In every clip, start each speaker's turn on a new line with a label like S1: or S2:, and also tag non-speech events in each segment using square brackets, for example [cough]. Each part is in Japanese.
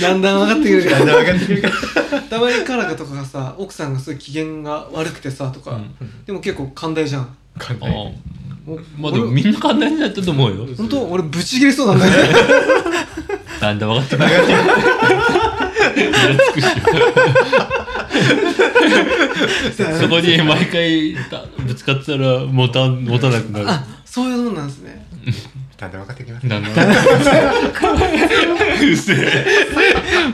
S1: だんだん上がってくるか
S2: だんだん上がってくるから
S1: たまにカラカとかがさ奥さんがすごい機嫌が悪くてさとか、
S3: うん
S1: でも結構寛大じゃん
S2: ら
S3: あ
S2: ね
S1: お
S3: まあでも
S1: 俺
S3: みんな簡単になったと思うよ
S1: 本当俺ぶち切れそうなんだけど
S3: だんだん分かってくるイラつくしそこに毎回たぶつかってたら持たん持たなくなる
S1: あそういうもんなんですね
S2: [laughs] だんだん分かってきます
S3: だんだん [laughs] うるせえ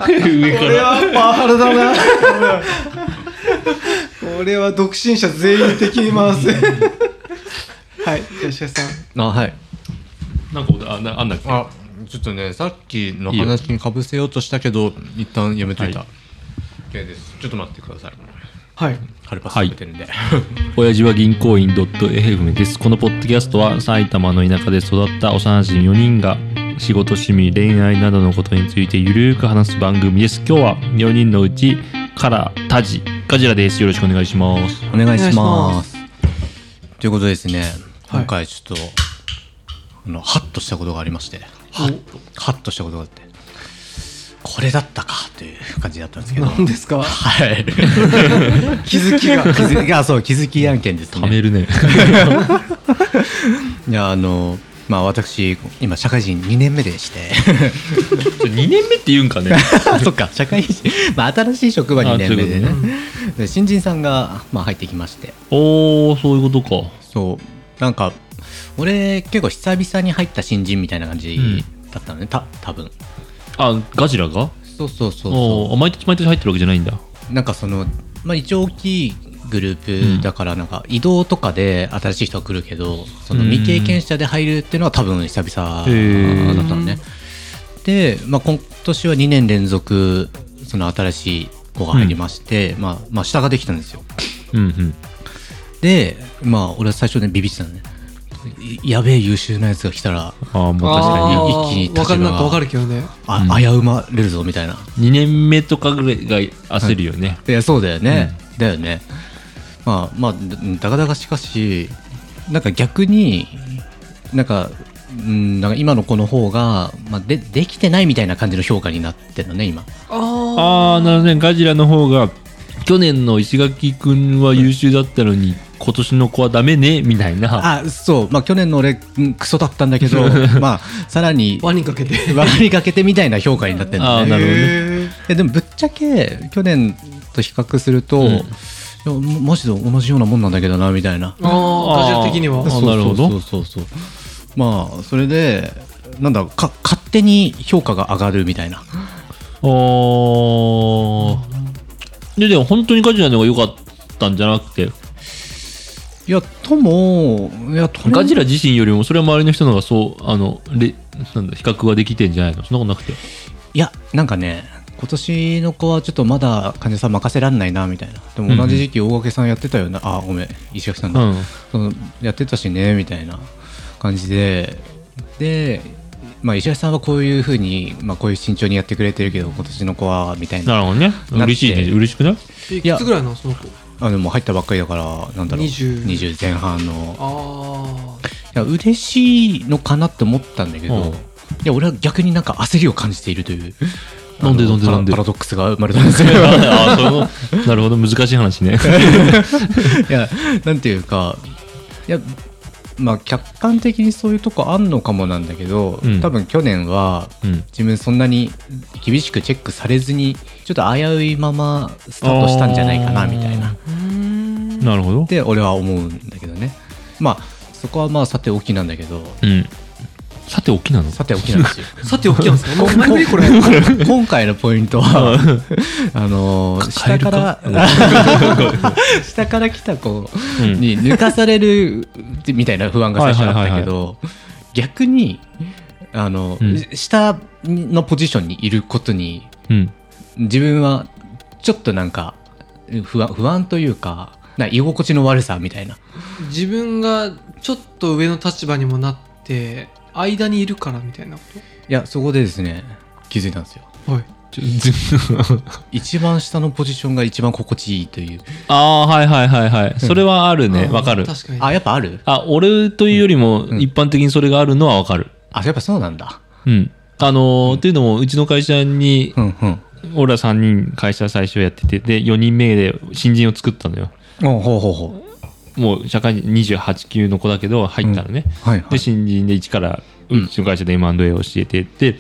S3: 上か
S1: これ
S3: ら
S1: はパワハラだなこれは独身者全員的に回すはいじゃあシェフさん
S4: あはい
S3: なんか俺あなあんだっけ
S4: あちょっとねさっきの話にかぶせようとしたけど一旦やめといた、
S3: は
S4: OK ですちょっと待ってください
S1: はい
S4: カルパス食べてるんで、 [laughs]
S3: 親父は銀行員 .fm です。このポッドキャストは埼玉の田舎で育った幼馴染4人が仕事、趣味、恋愛などのことについてゆるーく話す番組です。今日は4人のうち、カラ、タジ、ガジラです。よろしくお願いします。
S4: お願いし
S1: お願いし
S4: ま。
S1: ます
S4: ということでですね、
S1: はい
S4: 今回ちょっと、あの、ハッとしたことがありまして、ハッと、ハッとしたことがあって、これだったかという感じだったんですけど、
S1: 何ですか
S4: はい。
S1: 気づきが
S4: [laughs] 気づき、あ、そう、気づき案件です
S3: た
S4: ね。
S3: める [laughs] ね。
S4: いや、あの、まあ私、今、社会人2年目でして、
S3: [laughs] 2年目って言うんか [laughs] ね。
S4: あそっか、社会人、まあ新しい職場2年目でね
S3: あそういうこ、
S4: で新人さんが、まあ入ってきまして、
S3: おー、そういうことか。
S4: そうなんか俺結構久々に入った新人みたいな感じ
S3: うん
S4: だったのね、た多分
S3: あ、ガジラが
S4: そうそうそう
S3: お
S4: そ
S3: ー毎年毎年入ってるわけじゃないんだ。
S4: うなんかその、まあ、一応大きいグループだからなんか移動とかで新しい人が来るけどその
S3: うん
S4: 未経験者で入るっていうのは多分久々
S3: へー
S4: だったのねで、まあ、今年は2年連続その新しい子が入りまして、まあ、まあ下ができたんですよ
S3: うんうん。
S4: でまあ俺は最初ねビビってたのねいやべえ優秀なやつが来たら
S3: あー、まあ確か
S4: に
S3: に。
S1: あー
S4: 一気に立場が
S1: わかんなんかわかるけどね
S4: あ、
S3: うん
S4: 危うまれるぞみたいな。
S3: 2年目とかぐらいが焦るよね。
S4: いや、そうだよね。だよね。まあ、まあ、だだかだかしかし、なんか逆に、なんか、うん、なんか今の子の方が、まあ、でできてないみたいな感じの評価になってるのね、今。
S1: あ
S3: ああなるほどねガジラの方が去年の石垣くんは優秀だったのに今年の子はダメねみたいな
S4: あ、そう、まあ去年の俺、うんクソだったんだけ [laughs] ど、まあ、さらに
S1: あ、輪にかけて
S4: 割りかけてみたいな評価になってるの
S3: あー
S4: ね
S3: なるほどね
S1: へー
S4: えでもぶっちゃけ去年と比較すると、
S3: ん
S4: いやもマジで同じようなもんなんだけどなみたいな
S1: ああガジラ的には
S3: あなるほ
S4: そ
S3: ど
S4: うそうそうそうまあそれでなんだか勝手に評価が上がるみたいな
S3: おででも本当にガジラの方が良かったんじゃなくて
S4: いやともいやとりあ
S3: ガ
S4: えず
S3: ジラ自身よりもそれは周りの人の方がそうあのれなんだ比較ができてんじゃないのそんなことなくて
S4: いやなんかね今年の子はちょっとまだ患者さん任せらんないなみたいなでも同じ時期大掛さんやってたよな、あごめん石垣さんだ、
S3: うん
S4: そのやってたしねみたいな感じでで、まあ、石橋さんはこういうふうに、まあ、こういう慎重にやってくれてるけど今年の子はみたい
S3: な
S4: な
S3: るほどね
S4: なって
S3: 嬉しいね嬉しくない [laughs]
S1: えい
S4: いや
S1: くつぐらいなのその子
S4: あのもう入ったばっかりだからなんだろう
S1: 20
S4: 20前半の
S1: あ
S4: いや嬉しいのかなって思ったんだけど、
S3: うん
S4: いや俺は逆になんか焦りを感じているという
S3: [laughs] なんで
S4: あの
S3: なんで
S4: パラ
S3: なんで
S4: パラドックスが生まれたんですよ
S3: [laughs] あーそうなるほど難しい話ね
S4: いやなんていうかいやまあ客観的にそういうとこあんのかもなんだけど、
S3: うん
S4: 多分去年は
S3: うん
S4: 自分そんなに厳しくチェックされずにちょっと危ういままスタートしたんじゃないかな
S3: あー
S4: みたいなっ
S1: あうーん
S3: なるほど
S4: て俺は思うんだけどねまあそこはまあさておきなんだけど
S3: うんさておきなの
S4: さておきなん
S3: [laughs]
S4: ですよ
S1: さておきなん [laughs] ですかもう前振りこれ
S4: 今回のポイントはあのー
S3: カ
S4: 下
S3: エ
S4: か
S3: ルから
S4: 下から来た子
S3: うん
S4: に抜かされるってみたいな不安が最初あったけど逆にあの、
S3: うん
S4: 下のポジションにいることに
S3: うん
S4: 自分はちょっとなんか不安不安というかなんか居心地の悪さみたいな
S1: 自分がちょっと上の立場にもなって間にいるからみたいなこ
S4: いやそこでですね気づいたんですよ
S1: とはい
S3: ちょず
S4: 一番下のポジションが一番心地いいという
S3: ああはいはいはいはいそれはあるねわかる
S1: 確かに
S4: あやっぱある
S3: あ俺というよりも
S4: ん
S3: 一般的にそれがあるのはわかる
S4: あやっぱそうなんだ
S3: うん。あのーっていうのも、うちの会社に、
S4: うんうん。
S3: 俺ら3人会社最初やってて、で、4人目で新人を作ったのよ。
S4: おうほうほうほ
S3: もう社会人28級の子だけど、入ったのね。
S4: う。はいは
S3: で、
S4: い。
S3: 新人で一から、
S4: うん
S3: うちの会社で M&A を教えて、で、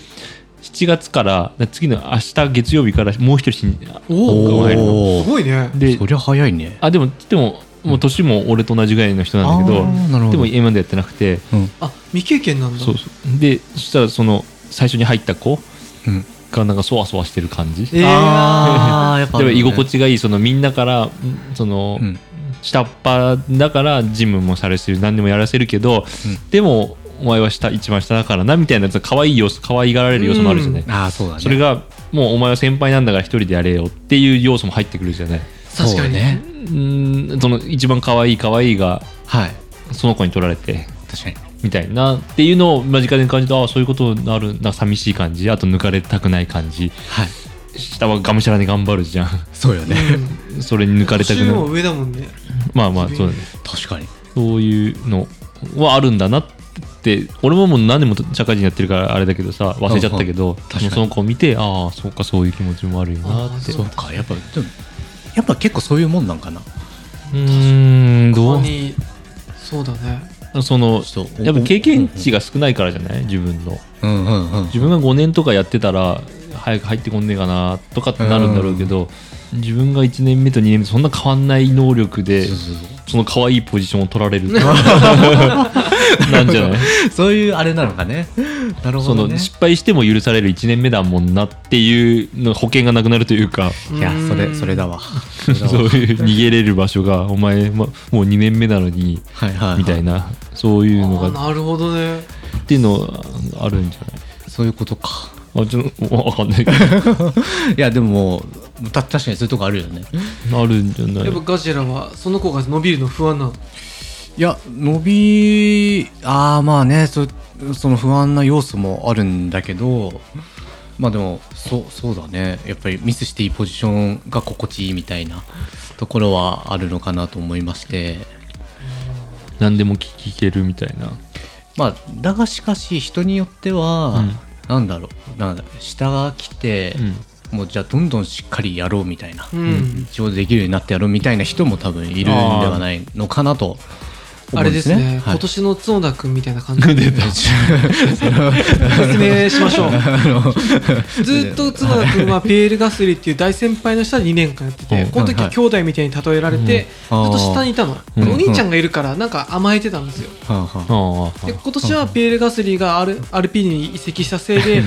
S3: 7月から、次の明日月曜日からもう一人新人、
S1: お
S3: お
S1: お
S3: ー
S1: すごいね
S3: で
S4: そ、りゃ早いね。
S3: あ、でも、でも、もう年も俺と同じぐらいの人なんだけ
S4: あ
S3: ど、
S4: ーなるほど
S3: でも M&A やってなくて、
S4: うん
S1: あ未経験なんだ
S3: そうそうでそしたらその最初に入った子
S4: うん。
S3: がなんかそわそわしてる感じ
S1: えー、
S4: あーやっぱあ
S3: [laughs] で
S4: る
S3: も
S4: ね
S3: 居心地がいいそのみんなからんその、
S4: うん
S3: 下っ端だからジムもされてる何でもやらせるけど、
S4: うん
S3: でもお前は下一番下だからなみたいなやつ可愛い要素可愛がられる要素もあるじゃない、
S4: ああ、そうだね。
S3: それがもうお前は先輩なんだから一人でやれよっていう要素も入ってくるじゃない
S1: 確
S4: そ
S1: か
S4: う
S1: に
S4: ね。
S3: うんその一番可愛い可愛いが
S4: はい。
S3: その子に取られて
S4: 確かに。
S3: みたいなっていうのを間近で感じてああそういうことになるなんか寂しい感じあと抜かれたくない感じ
S4: はい。
S3: 下はがむしゃらに頑張るじゃん [laughs]
S4: そうよね。
S3: それに抜かれたく
S1: 年も
S3: ない
S1: 上だもんね
S3: まあまあそうだね
S4: 確かに。
S3: そういうのはあるんだなって俺ももう何年も社会人やってるからあれだけどさ忘れちゃったけど、
S4: 確かに
S3: でもその子を見てああそうかそういう気持ちもあるよな
S1: あ
S3: っ
S1: ー
S3: て
S1: そう
S4: そうか、やっぱ、でもやっぱ結構そういうもんなんかな。
S3: ーんど
S1: 他にそうだね
S3: うその
S4: そう
S3: やっぱ経験値が少ないからじゃない自分の
S4: うんうんうん。
S3: 自分が5年とかやってたら早く入ってこんねえかなとかってなるんだろうけど、自分が1年目と2年目そんな変わんない能力で
S4: そうそうそう
S3: その可愛いポジションを取ら
S4: [laughs]
S3: れるなんじゃない
S4: そう [laughs] いうあれなのかね。なる
S3: そ
S4: ほど
S3: の
S4: ね。
S3: 失敗しても許される1年目だもんなっていうの保険がなくなるというか
S4: い
S1: う
S4: や
S1: ー、ん
S4: それ、それだわ。それだ
S3: そ
S4: わ
S3: ういう逃げれる場所がお前、ま、もう2年目なのに
S4: はいはいはい。
S3: みたいなそういうの
S1: あー
S3: が
S1: なるほどね
S3: っていうのはあるんじゃない
S4: そういうことか。
S3: あちょっとわかんない
S4: [laughs]
S3: けど
S4: いや、でも、た確かにそういうとこあるよね。
S3: あるんじゃない
S1: やっぱガジェラはその子が伸びるの不安なの
S4: いや、伸び、ああ、まあね、そその不安な要素もあるんだけど、まあでも、そう、そうだね。やっぱりミスしていいポジションが心地いいみたいなところはあるのかなと思いまして。
S3: 何でも聞けるみたいな
S4: まあ、だがしかし、人によっては、
S3: うん
S4: なんだろう、なんだ下が来て、もうじゃあどんどんしっかりやろうみたいな、
S1: うん
S4: 一応できるようになってやろうみたいな人も多分いるんではないのかなと思
S1: あ
S4: う
S1: れ
S4: んで
S1: ですす
S4: ね。
S1: ね、
S4: はい
S1: 今年の角田君みたいな感じで説
S4: 説
S1: 明しまし
S3: [laughs]
S1: ょう
S4: の
S1: ずっと角田君はピエール・ガスリーっていう大先輩の下で2年間やってて、
S3: うん
S1: この時は兄弟みたいに例えられて、
S4: う
S1: ず
S4: ん
S1: っと下にいたの、
S3: うん
S1: お兄ちゃんがいるからなんか甘えてたんですよ
S4: はあ [laughs] はあ
S3: ああ
S1: で今年はピエール・ガスリーが R- RP に移籍したせいで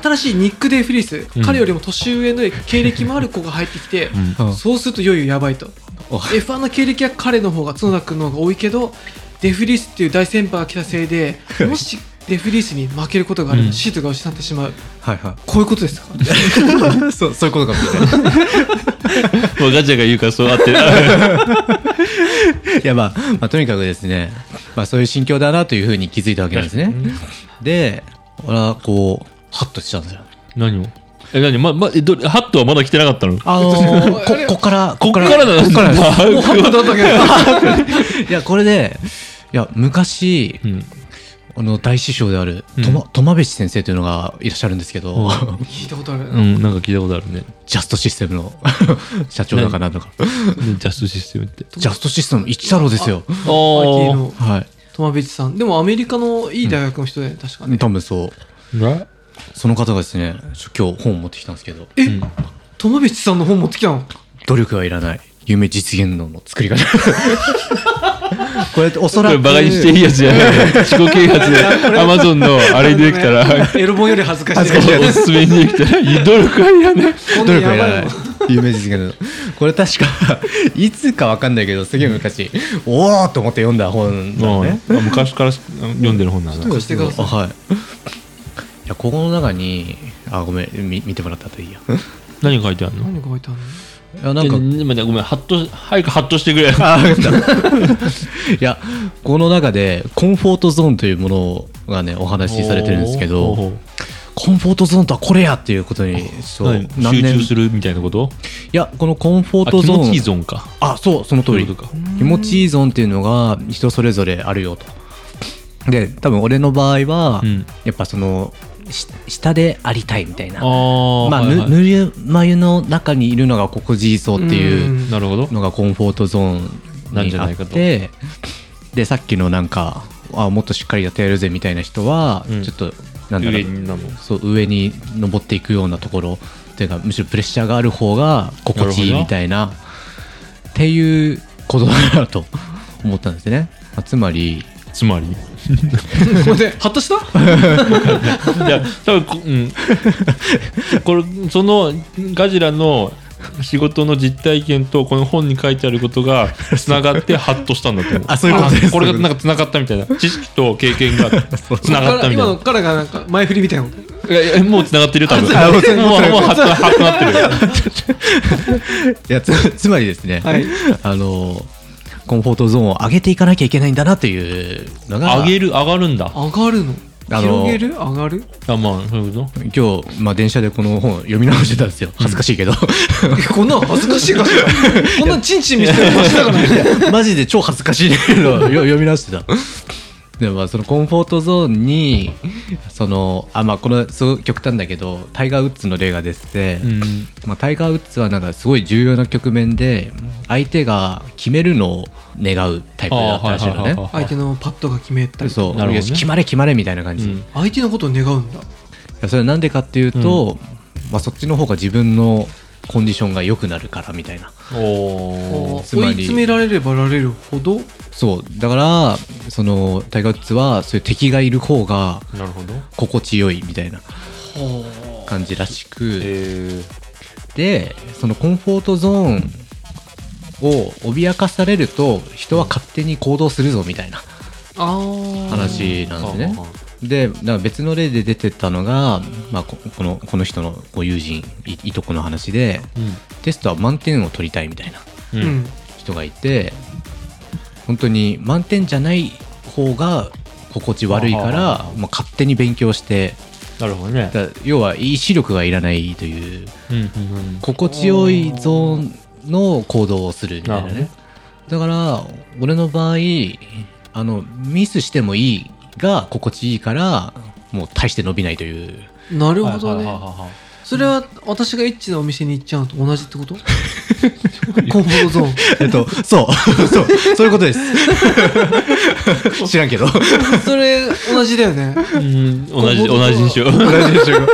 S1: 新しいニック・デイ・フリース、
S3: うん
S1: 彼よりも年上の経歴もある子が入ってきて、
S3: うん
S4: うん
S1: そうするといよいよやばいと
S4: お
S1: [laughs] F1 の経歴は彼の方が角田君の方が多いけどデフリースっていう大先輩が来たせいでもしデフリースに負けることがあれば
S3: うん
S1: シートが失ってしまう、
S4: はいは
S1: こういうことですか
S4: い [laughs] そうそういうことかもしれない
S3: まあガチャが言うからそうあってる
S4: いや、まあ、まあとにかくですね、まあ、そういう心境だなというふうに気づいたわけなんですねで俺はこうハッとしたんですよ
S3: [laughs] 何をえ何ままえどれハットはまだ来てなかったの
S4: あの
S1: ー
S4: ここっから
S3: [laughs] こっからだ
S4: こっからです
S3: もうハットだったけど
S4: いやこれでいや昔
S3: うん
S4: あの大師匠である
S3: うん
S4: とま苫部先生というのがいらっしゃるんですけど、
S3: うん
S1: 聞いたことある、
S3: うんなんか聞いたことあるね
S4: ジャストシステムの [laughs] 社長だかなんとか
S3: でジャストシステムって
S4: ジャストシステムの一太郎ですよ
S3: ああ
S1: IT
S3: ー
S1: の
S4: はい
S1: 友ベチさんでもアメリカのいい大学の人だよね確かね、
S4: 多分そうその方がですねちょ今日本を持ってきたんですけど
S1: え友ベチさんの本持ってきたの
S4: 努力はいらない夢実現の作り方 [laughs] これおそ
S3: こ
S4: ら
S3: れ
S4: く
S3: バカにしていいやつじゃない自己啓発でアマゾンのあれにできたら
S1: エロ本より恥ずかしい
S3: おすすめにできたら努力はいらない
S1: こん
S4: 努
S1: なん
S4: 力は
S1: やば
S4: いらないい
S1: の
S4: 夢実現のこれ確かいつかわかんないけどすげえ昔おおと思って読んだ本なのね
S3: うん昔から読んでる本なんだ
S1: 貸してください
S4: あはいいやここの中にあごめんみ見てもらったといいや
S3: 何書いてあるの
S1: 何が書いてあるの
S4: いやなんか
S3: いや待ってごめんハッと早くハッとしてくれ
S4: あ分かった。いや、この中で、コンフォートゾーンというものがね、お話しされてるんですけ
S3: お
S4: ど、
S3: ー
S4: コンフォートゾーンとはこれやっていうことに、そう、
S3: 何
S4: 何
S3: 集
S4: 年
S3: 中す
S4: い
S3: るみたいなこと
S4: や、このコンフォー
S3: あ
S4: ト
S3: 気
S4: ゾ
S3: 持ちいい
S4: ーン。
S3: ゾーンか
S4: あ、そう、その通り。
S3: そういうことか
S4: 気持ちいいゾーンっていうのが、人それぞれあるよと。で、多分俺の場合は、
S3: うん
S4: やっぱその、し下でありたいみたいな
S3: あ
S4: まあ、
S3: はい
S4: ぬ
S3: はい
S4: ぬるま湯の中にいるのが心地いいそうっていう
S3: なるほど
S4: のがコンフォートゾーン
S3: なん
S4: に
S3: じゃ
S4: あ
S3: ない
S4: っ
S3: かと
S4: てでさっきのなんかあもっとしっかりやってやるぜみたいな人は、
S3: うん
S4: ちょっとなんだろ
S3: 上
S4: う
S3: になの
S4: そう上に登っていくようなところっていうかむしろプレッシャーがある方が心地いいみたいなっていうことだなと思ったんですね。まあつまり
S3: つまり [laughs] い
S1: これでハッとした
S3: や多分こ,、うん、これそのガジラの仕事の実体験とこの本に書いてあることがつながってハッとしたんだと思う
S4: [laughs] あそういうことです
S3: あこれがなんかつながったみたいな知識と経験
S4: [laughs]
S3: がつながったみた
S1: 今
S3: い
S1: の
S3: な
S1: からがなんか前振りみたいな。
S3: いやいやもうつながってるよ多分
S1: あ
S3: も
S1: も
S3: う
S1: う
S3: もうハッとハッとなってるよ
S4: [laughs] いやつつまりですね、
S1: はい
S4: [laughs] あのコンフォートゾーンを上げていかなきゃいけないんだなというのが
S3: 上げる上がるんだ
S1: 上がるの
S4: あの
S1: 広げる上がる
S3: あまあそういうこ
S4: 今日、まあ、電車でこの本を読み直してたんですよ恥ずかしいけど、
S1: こんなん恥ずかしいかしら。 [laughs] こんなんチンチン見せてるのしたからね。
S4: マジで超恥ずかしいのを [laughs] よ読み直してたでもまあそのコンフォートゾーンにそのあまあこれすごい極端だけどタイガー・ウッズの例が出てて、
S3: とうん
S4: まあ、タイガー・ウッズはなんかすごい重要な局面で相手が決めるのを願うタイプだったらしいの
S3: あーはいはい
S4: ね
S3: はいはい
S1: [laughs] 相手のパッドが決めたり
S4: そう、
S3: なるほどね
S4: よし決まれ決まれみたいな感
S3: う
S4: じ、
S3: ん
S1: 相手のことを願うんだ。
S4: いやそれはなんでかっていうと、まあ、そっちの方が自分のコンディションが良くなるからみたいな
S3: お
S1: 追い
S3: ー
S4: つまり
S1: 詰められればられるほど
S4: そうだからそのタイガー・ウッズはそういう敵がいる方が
S3: なるほど
S4: 心地よいみたいな感じらしく
S3: え
S4: でそのコンフォートゾーンを脅かされると人は勝手に行動するぞみたいな
S1: ああ
S4: 話なんですね
S3: はあは。
S4: でだから別の例で出てたのが、まあ、ここのこの人のご友人いいとこの話でテストは満点を取りたいみたいな
S3: うん
S1: う
S3: うん
S1: ん
S4: 人がいて本当に満点じゃない方が心地悪いか
S3: あ
S4: ら
S3: あ
S4: もう勝手に勉強して
S3: なるほどね
S4: だ要は意志力がいらないという
S3: うんうんうん
S4: 心地よいゾーンの行動をするみたいな
S3: なる
S4: ねだから俺の場合あのミスしてもいいが心地いいからもう大して伸びないという
S1: なるほど
S3: はいはい
S1: ね
S3: はいはい
S1: それは私がエッチなお店に行っちゃうのと同じ [laughs] ってことコンフォートゾーン [laughs]
S4: えっとそうそうそういうことです [laughs] 知らんけど
S1: それ同じだよね
S3: うん同じ同じでしょ
S4: 同じで
S3: [laughs]
S4: しょ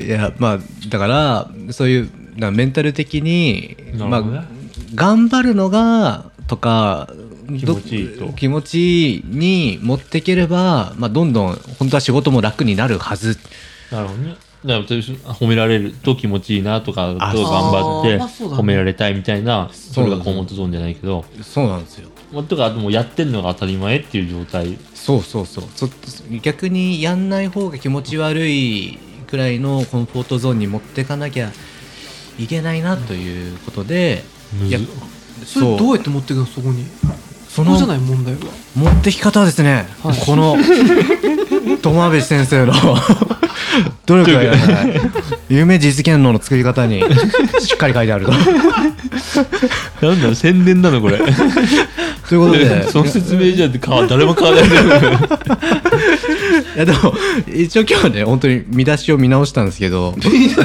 S4: いやまあだからそういうなメンタル的に、
S3: な
S4: ま
S3: る
S4: あ
S3: ほどね
S4: 頑張るのがとかど
S3: 気持ちいいと
S4: 気持ちいいに持っていければ、まあ、どんどん本当は仕事も楽になるはず
S3: なるほどねだから褒められると気持ちいいなとかと頑
S4: あ
S3: 張って
S1: あーまあそうだね
S3: 褒められたいみたいなそれが
S4: そう
S3: コンフォートゾーンじゃないけど
S4: そうなんですよ
S3: もっとかもうやってんのが当たり前っていう状態
S4: そうそうそうそ逆にやんない方が気持ち悪いくらいのコンフォートゾーンに持ってかなきゃいけないなということで、
S3: むず
S4: いや
S1: それど
S4: う
S1: うやって持っていくのそこに
S4: そ
S1: そこ
S4: の
S1: じゃない問題は
S4: 持ってき方はですね、
S1: はい
S4: この友辺先生の努力がいらない夢実現論の作り方にしっかり書いてあると。
S3: [laughs] なんだろう宣伝なのこれ
S4: ということで
S3: [laughs] その説明じゃ変わ誰も変わらない [laughs]
S4: いやでも一応今日ね本当に見出しを見直したんですけど
S3: いや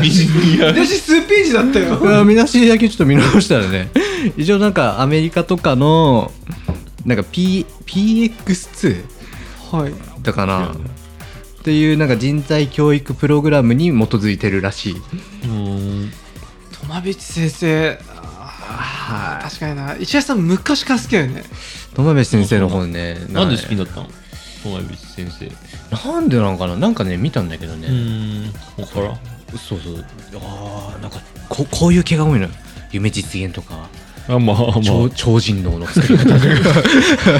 S1: 私数ページだったよ
S4: 見出しだけちょっと見直したらね一応なんかアメリカとかのなんか、P、PX2
S1: はい
S4: だかなっていうなんか人材教育プログラムに基づいてるらしい。
S3: うん
S1: トマビッチ先生あー確かにな石橋さん昔から好きだよね
S4: 友辺先生の本ね
S3: なんで好きに
S4: な
S3: なったのトマビチ先生
S4: なんでなんかななんかね見たんだけどね、
S3: うんここから
S4: そうそうあーなんかここういう毛が多いのよ夢実現とか、
S3: あまあま
S4: 超超人脳の作り方と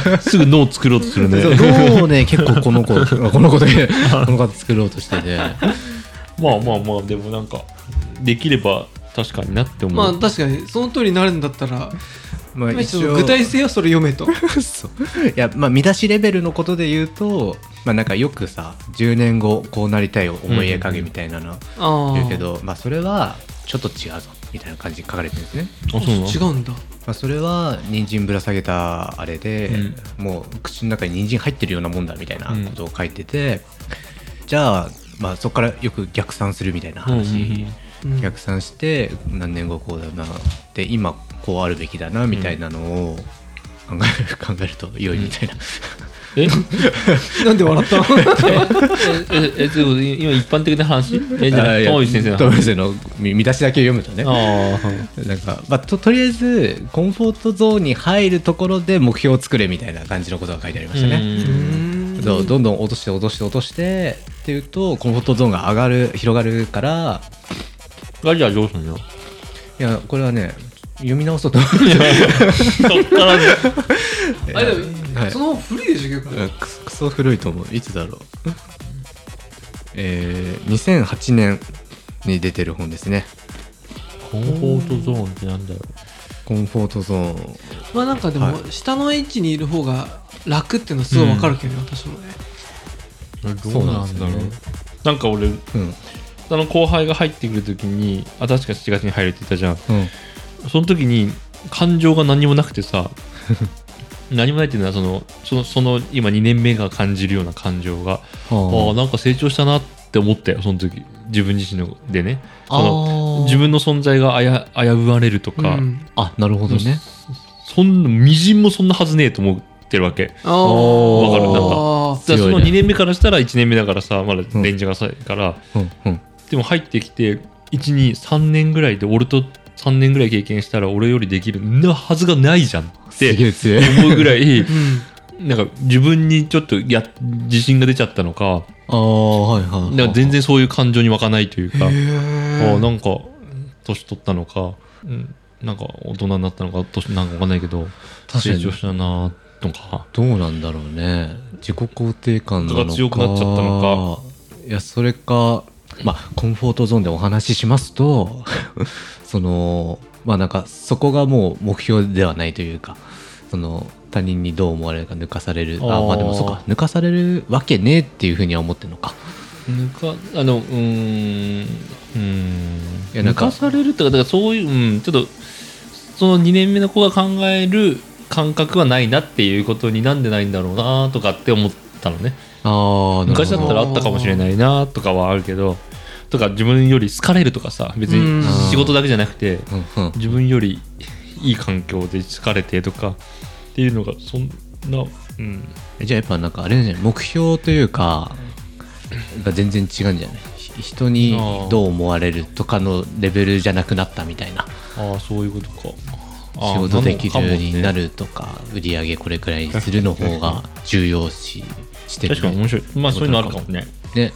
S4: か
S3: あすぐ脳作ろうとする
S4: [laughs]
S3: ね
S4: そう脳をね結構この子この子でこの方作ろうとしてて
S3: まあまあまあでもなんかできれば確かになって思う、
S1: まあ確かにその通りになるんだったら
S4: [laughs] まあ
S1: ちょっと具体性はそれ読めと
S4: そういやまあ見出しレベルのことで言うとまあなんかよくさ10年後こうなりたい思い描けみたいなの
S1: ああ
S4: 言うけど、まあそれはちょっと違うぞみたいな感じに書かれてるんですね
S3: あそうなの
S1: 違うんだ
S4: まあ、それは人参ぶら下げたあれで、もう口の中に人参入ってるようなもんだみたいなことを書いてて、じゃあ、まあ、そこからよく逆算するみたいな話、
S3: うんうんうん
S1: うん
S4: 逆算して何年後こうだなで今こうあるべきだなみたいなのを考える,、 [laughs] 考えると良いみたいな、
S3: え [laughs]
S1: なんで笑った
S3: えええということで今一般的な話えじゃ
S4: あ
S3: ないい
S4: や
S3: 友井先生の
S4: 友
S3: 話
S4: 井先生の見見出しだけ読むとね
S3: ああ
S4: なんか、まあ、ととりあえずコンフォートゾーンに入るところで目標を作れみたいな感じのことが書いてありましたね、
S1: うーん
S4: そうどんどん落として落として落としてっていうとコンフォートゾーンが上がる広がるから
S3: ガリアどうすんの
S4: [laughs] いやこれはね読み直そうと [laughs]
S3: そっからね
S1: あでも、
S4: はい
S1: その古いでしょ結構
S4: うんクソクソ古いと思ういつだろうえー、2008年に出てる本ですね
S3: コンフォートゾーンってなんだろ
S4: コンフォートゾーン
S1: まあなんかでも、
S4: は
S1: 下の位置にいる方が楽っていうのはすごいわかるけどね、私もね
S3: う
S4: そうなんですよね
S3: なんか俺
S4: うん
S3: あの後輩が入ってくるときにあ確か7月に入るって言ったじゃん
S4: うん
S3: その時に感情が何もなく
S4: [laughs]
S3: てさ何もないっていうのはそのそのその今2年目が感じるような感情がああなんか成長したなって思ったよその時自分自身のでねその
S4: あー
S3: 自分の存在が危危ぶわれるとか、
S1: うん
S4: あなるほどね
S3: そんなみじんもそんなはずねえと思ってるわけだか
S1: ああ
S3: わかるなんか
S4: 強
S3: ら
S4: いね
S3: その2年目からしたら1年目だからさまだ
S4: ん
S3: レンジが浅いから、
S4: うんうん
S3: でも入ってきて123年ぐらいで俺と3年ぐらい経験したら俺よりできるなはずがな
S4: [laughs]
S3: いじゃんっ
S4: すげ
S3: て
S4: え強い
S3: 思うぐらい
S1: うん
S3: なんか自分にちょっとや自信が出ちゃったのか
S4: ああはいはいはい
S3: なんか全然そういう感情に湧かないというか。
S1: へ
S3: あ
S1: ー
S3: なんか年取ったのか、うん、なんか大人になったのか年なんかわかんないけど
S4: 確かに
S3: 成長したなとか
S4: どうなんだろうね自己肯定感なのか
S3: が強くなっちゃったの
S4: かいやそれかまあコンフォートゾーンでお話ししますと [laughs] そのまあなんかそこがもう目標ではないというかその他人にどう思われるか抜かされるあ
S3: あー
S4: まあでもそうか抜かされるわけねえっていうふうには思ってるのか
S3: 抜かあのうーんうーん
S4: いやなん
S3: 抜
S4: か
S3: かされるってかだからそういう、うん、ちょっとその2年目の子が考える感覚はないなっていうことになんでないんだろうなとかって思ったのね
S4: ああ
S3: 昔だったらあったかもしれないなとかはあるけどとか自分より好かれるとかさ別に仕事だけじゃなくて、
S4: うんうん
S3: 自分よりいい環境で疲れてとかっていうのがそんな、うん、
S4: じゃあやっぱなんかあれなんじゃない目標というかが全然違うんじゃないひ人にどう思われるとかのレベルじゃなくなったみたいな
S3: ああそういうことかああ
S4: 仕事できるようにな
S3: のかもね
S4: るとか売り上げこれくらいにするの方が重要視してる
S3: 確かに面白いまあそういうのあるかもね
S4: ね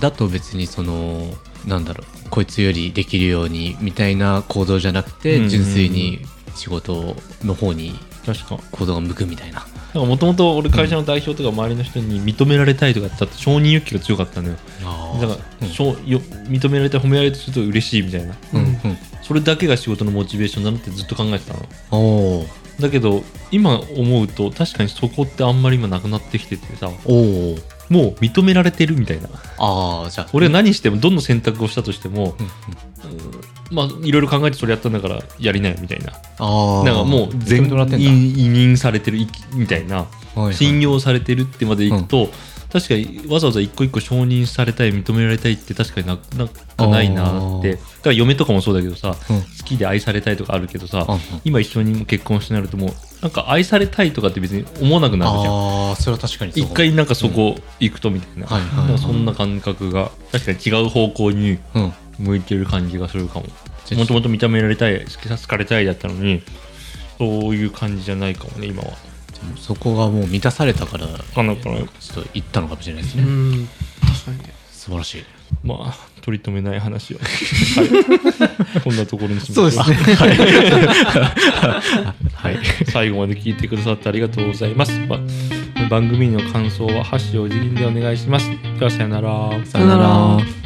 S4: だと別にそのなんだろうこいつよりできるようにみたいな行動じゃなく
S3: うんうんう
S4: て
S3: ん
S4: 純粋に仕事の方に
S3: 確か
S4: 行動が向くみたいな
S3: なんかもともと俺会社の代表とか周りの人に認められたいとかだって承認欲求が強かったのよだから、しょうよ認められたい褒められるとちょっと嬉しいみたいな
S4: うんうん
S3: それだけが仕事のモチベーションだなってずっと考えてたの
S4: おー
S3: だけど今思うと確かにそこってあんまり今なくなってきててさ
S4: おー
S3: もう認められてるみたいな
S4: ああじゃあ
S3: 俺は何してもどの選択をしたとしても、
S4: うんうん
S3: まあいろいろ考えてそれやったんだからやりなよみたいな
S4: ああ
S3: なんかもう全員委任されてるいみたいな、信用されてるってまでいくと、確かにわざわざ一個一個承認されたい認められたいって確かにななんかないなって
S4: あー
S3: だから嫁とかもそうだけどさ、
S4: うん
S3: 好きで愛されたいとかあるけどさ、
S4: うんうん
S3: 今一緒に結婚してなるともうなんか愛されたいとかって別に思わなくなるじゃん
S4: ああそれは確かにそう
S3: 一回なんかそこ行くとみたいな、
S4: はいはいはい
S3: なんかそんな感覚が確かに違う方向に
S4: うん
S3: 向いてる感じがするかも
S4: じゃあ
S3: もともと認められたい好きさ好かれたいだったのにそういう感じじゃないかもね今は
S4: そこがもう満たされたから
S3: かなかな
S4: ちょっと行ったのかもしれないです
S1: う
S4: ね
S1: ん確かにね
S4: 素晴らしい
S3: まあ取り留めな
S4: [laughs]
S3: い話を、はいこんなところにしまし
S4: ね
S3: ょはい、最後まで聞いてくださってありがとうございますば番組の感想は「ハッシュお辞儀」でお願いしますではさよなら
S4: さよなら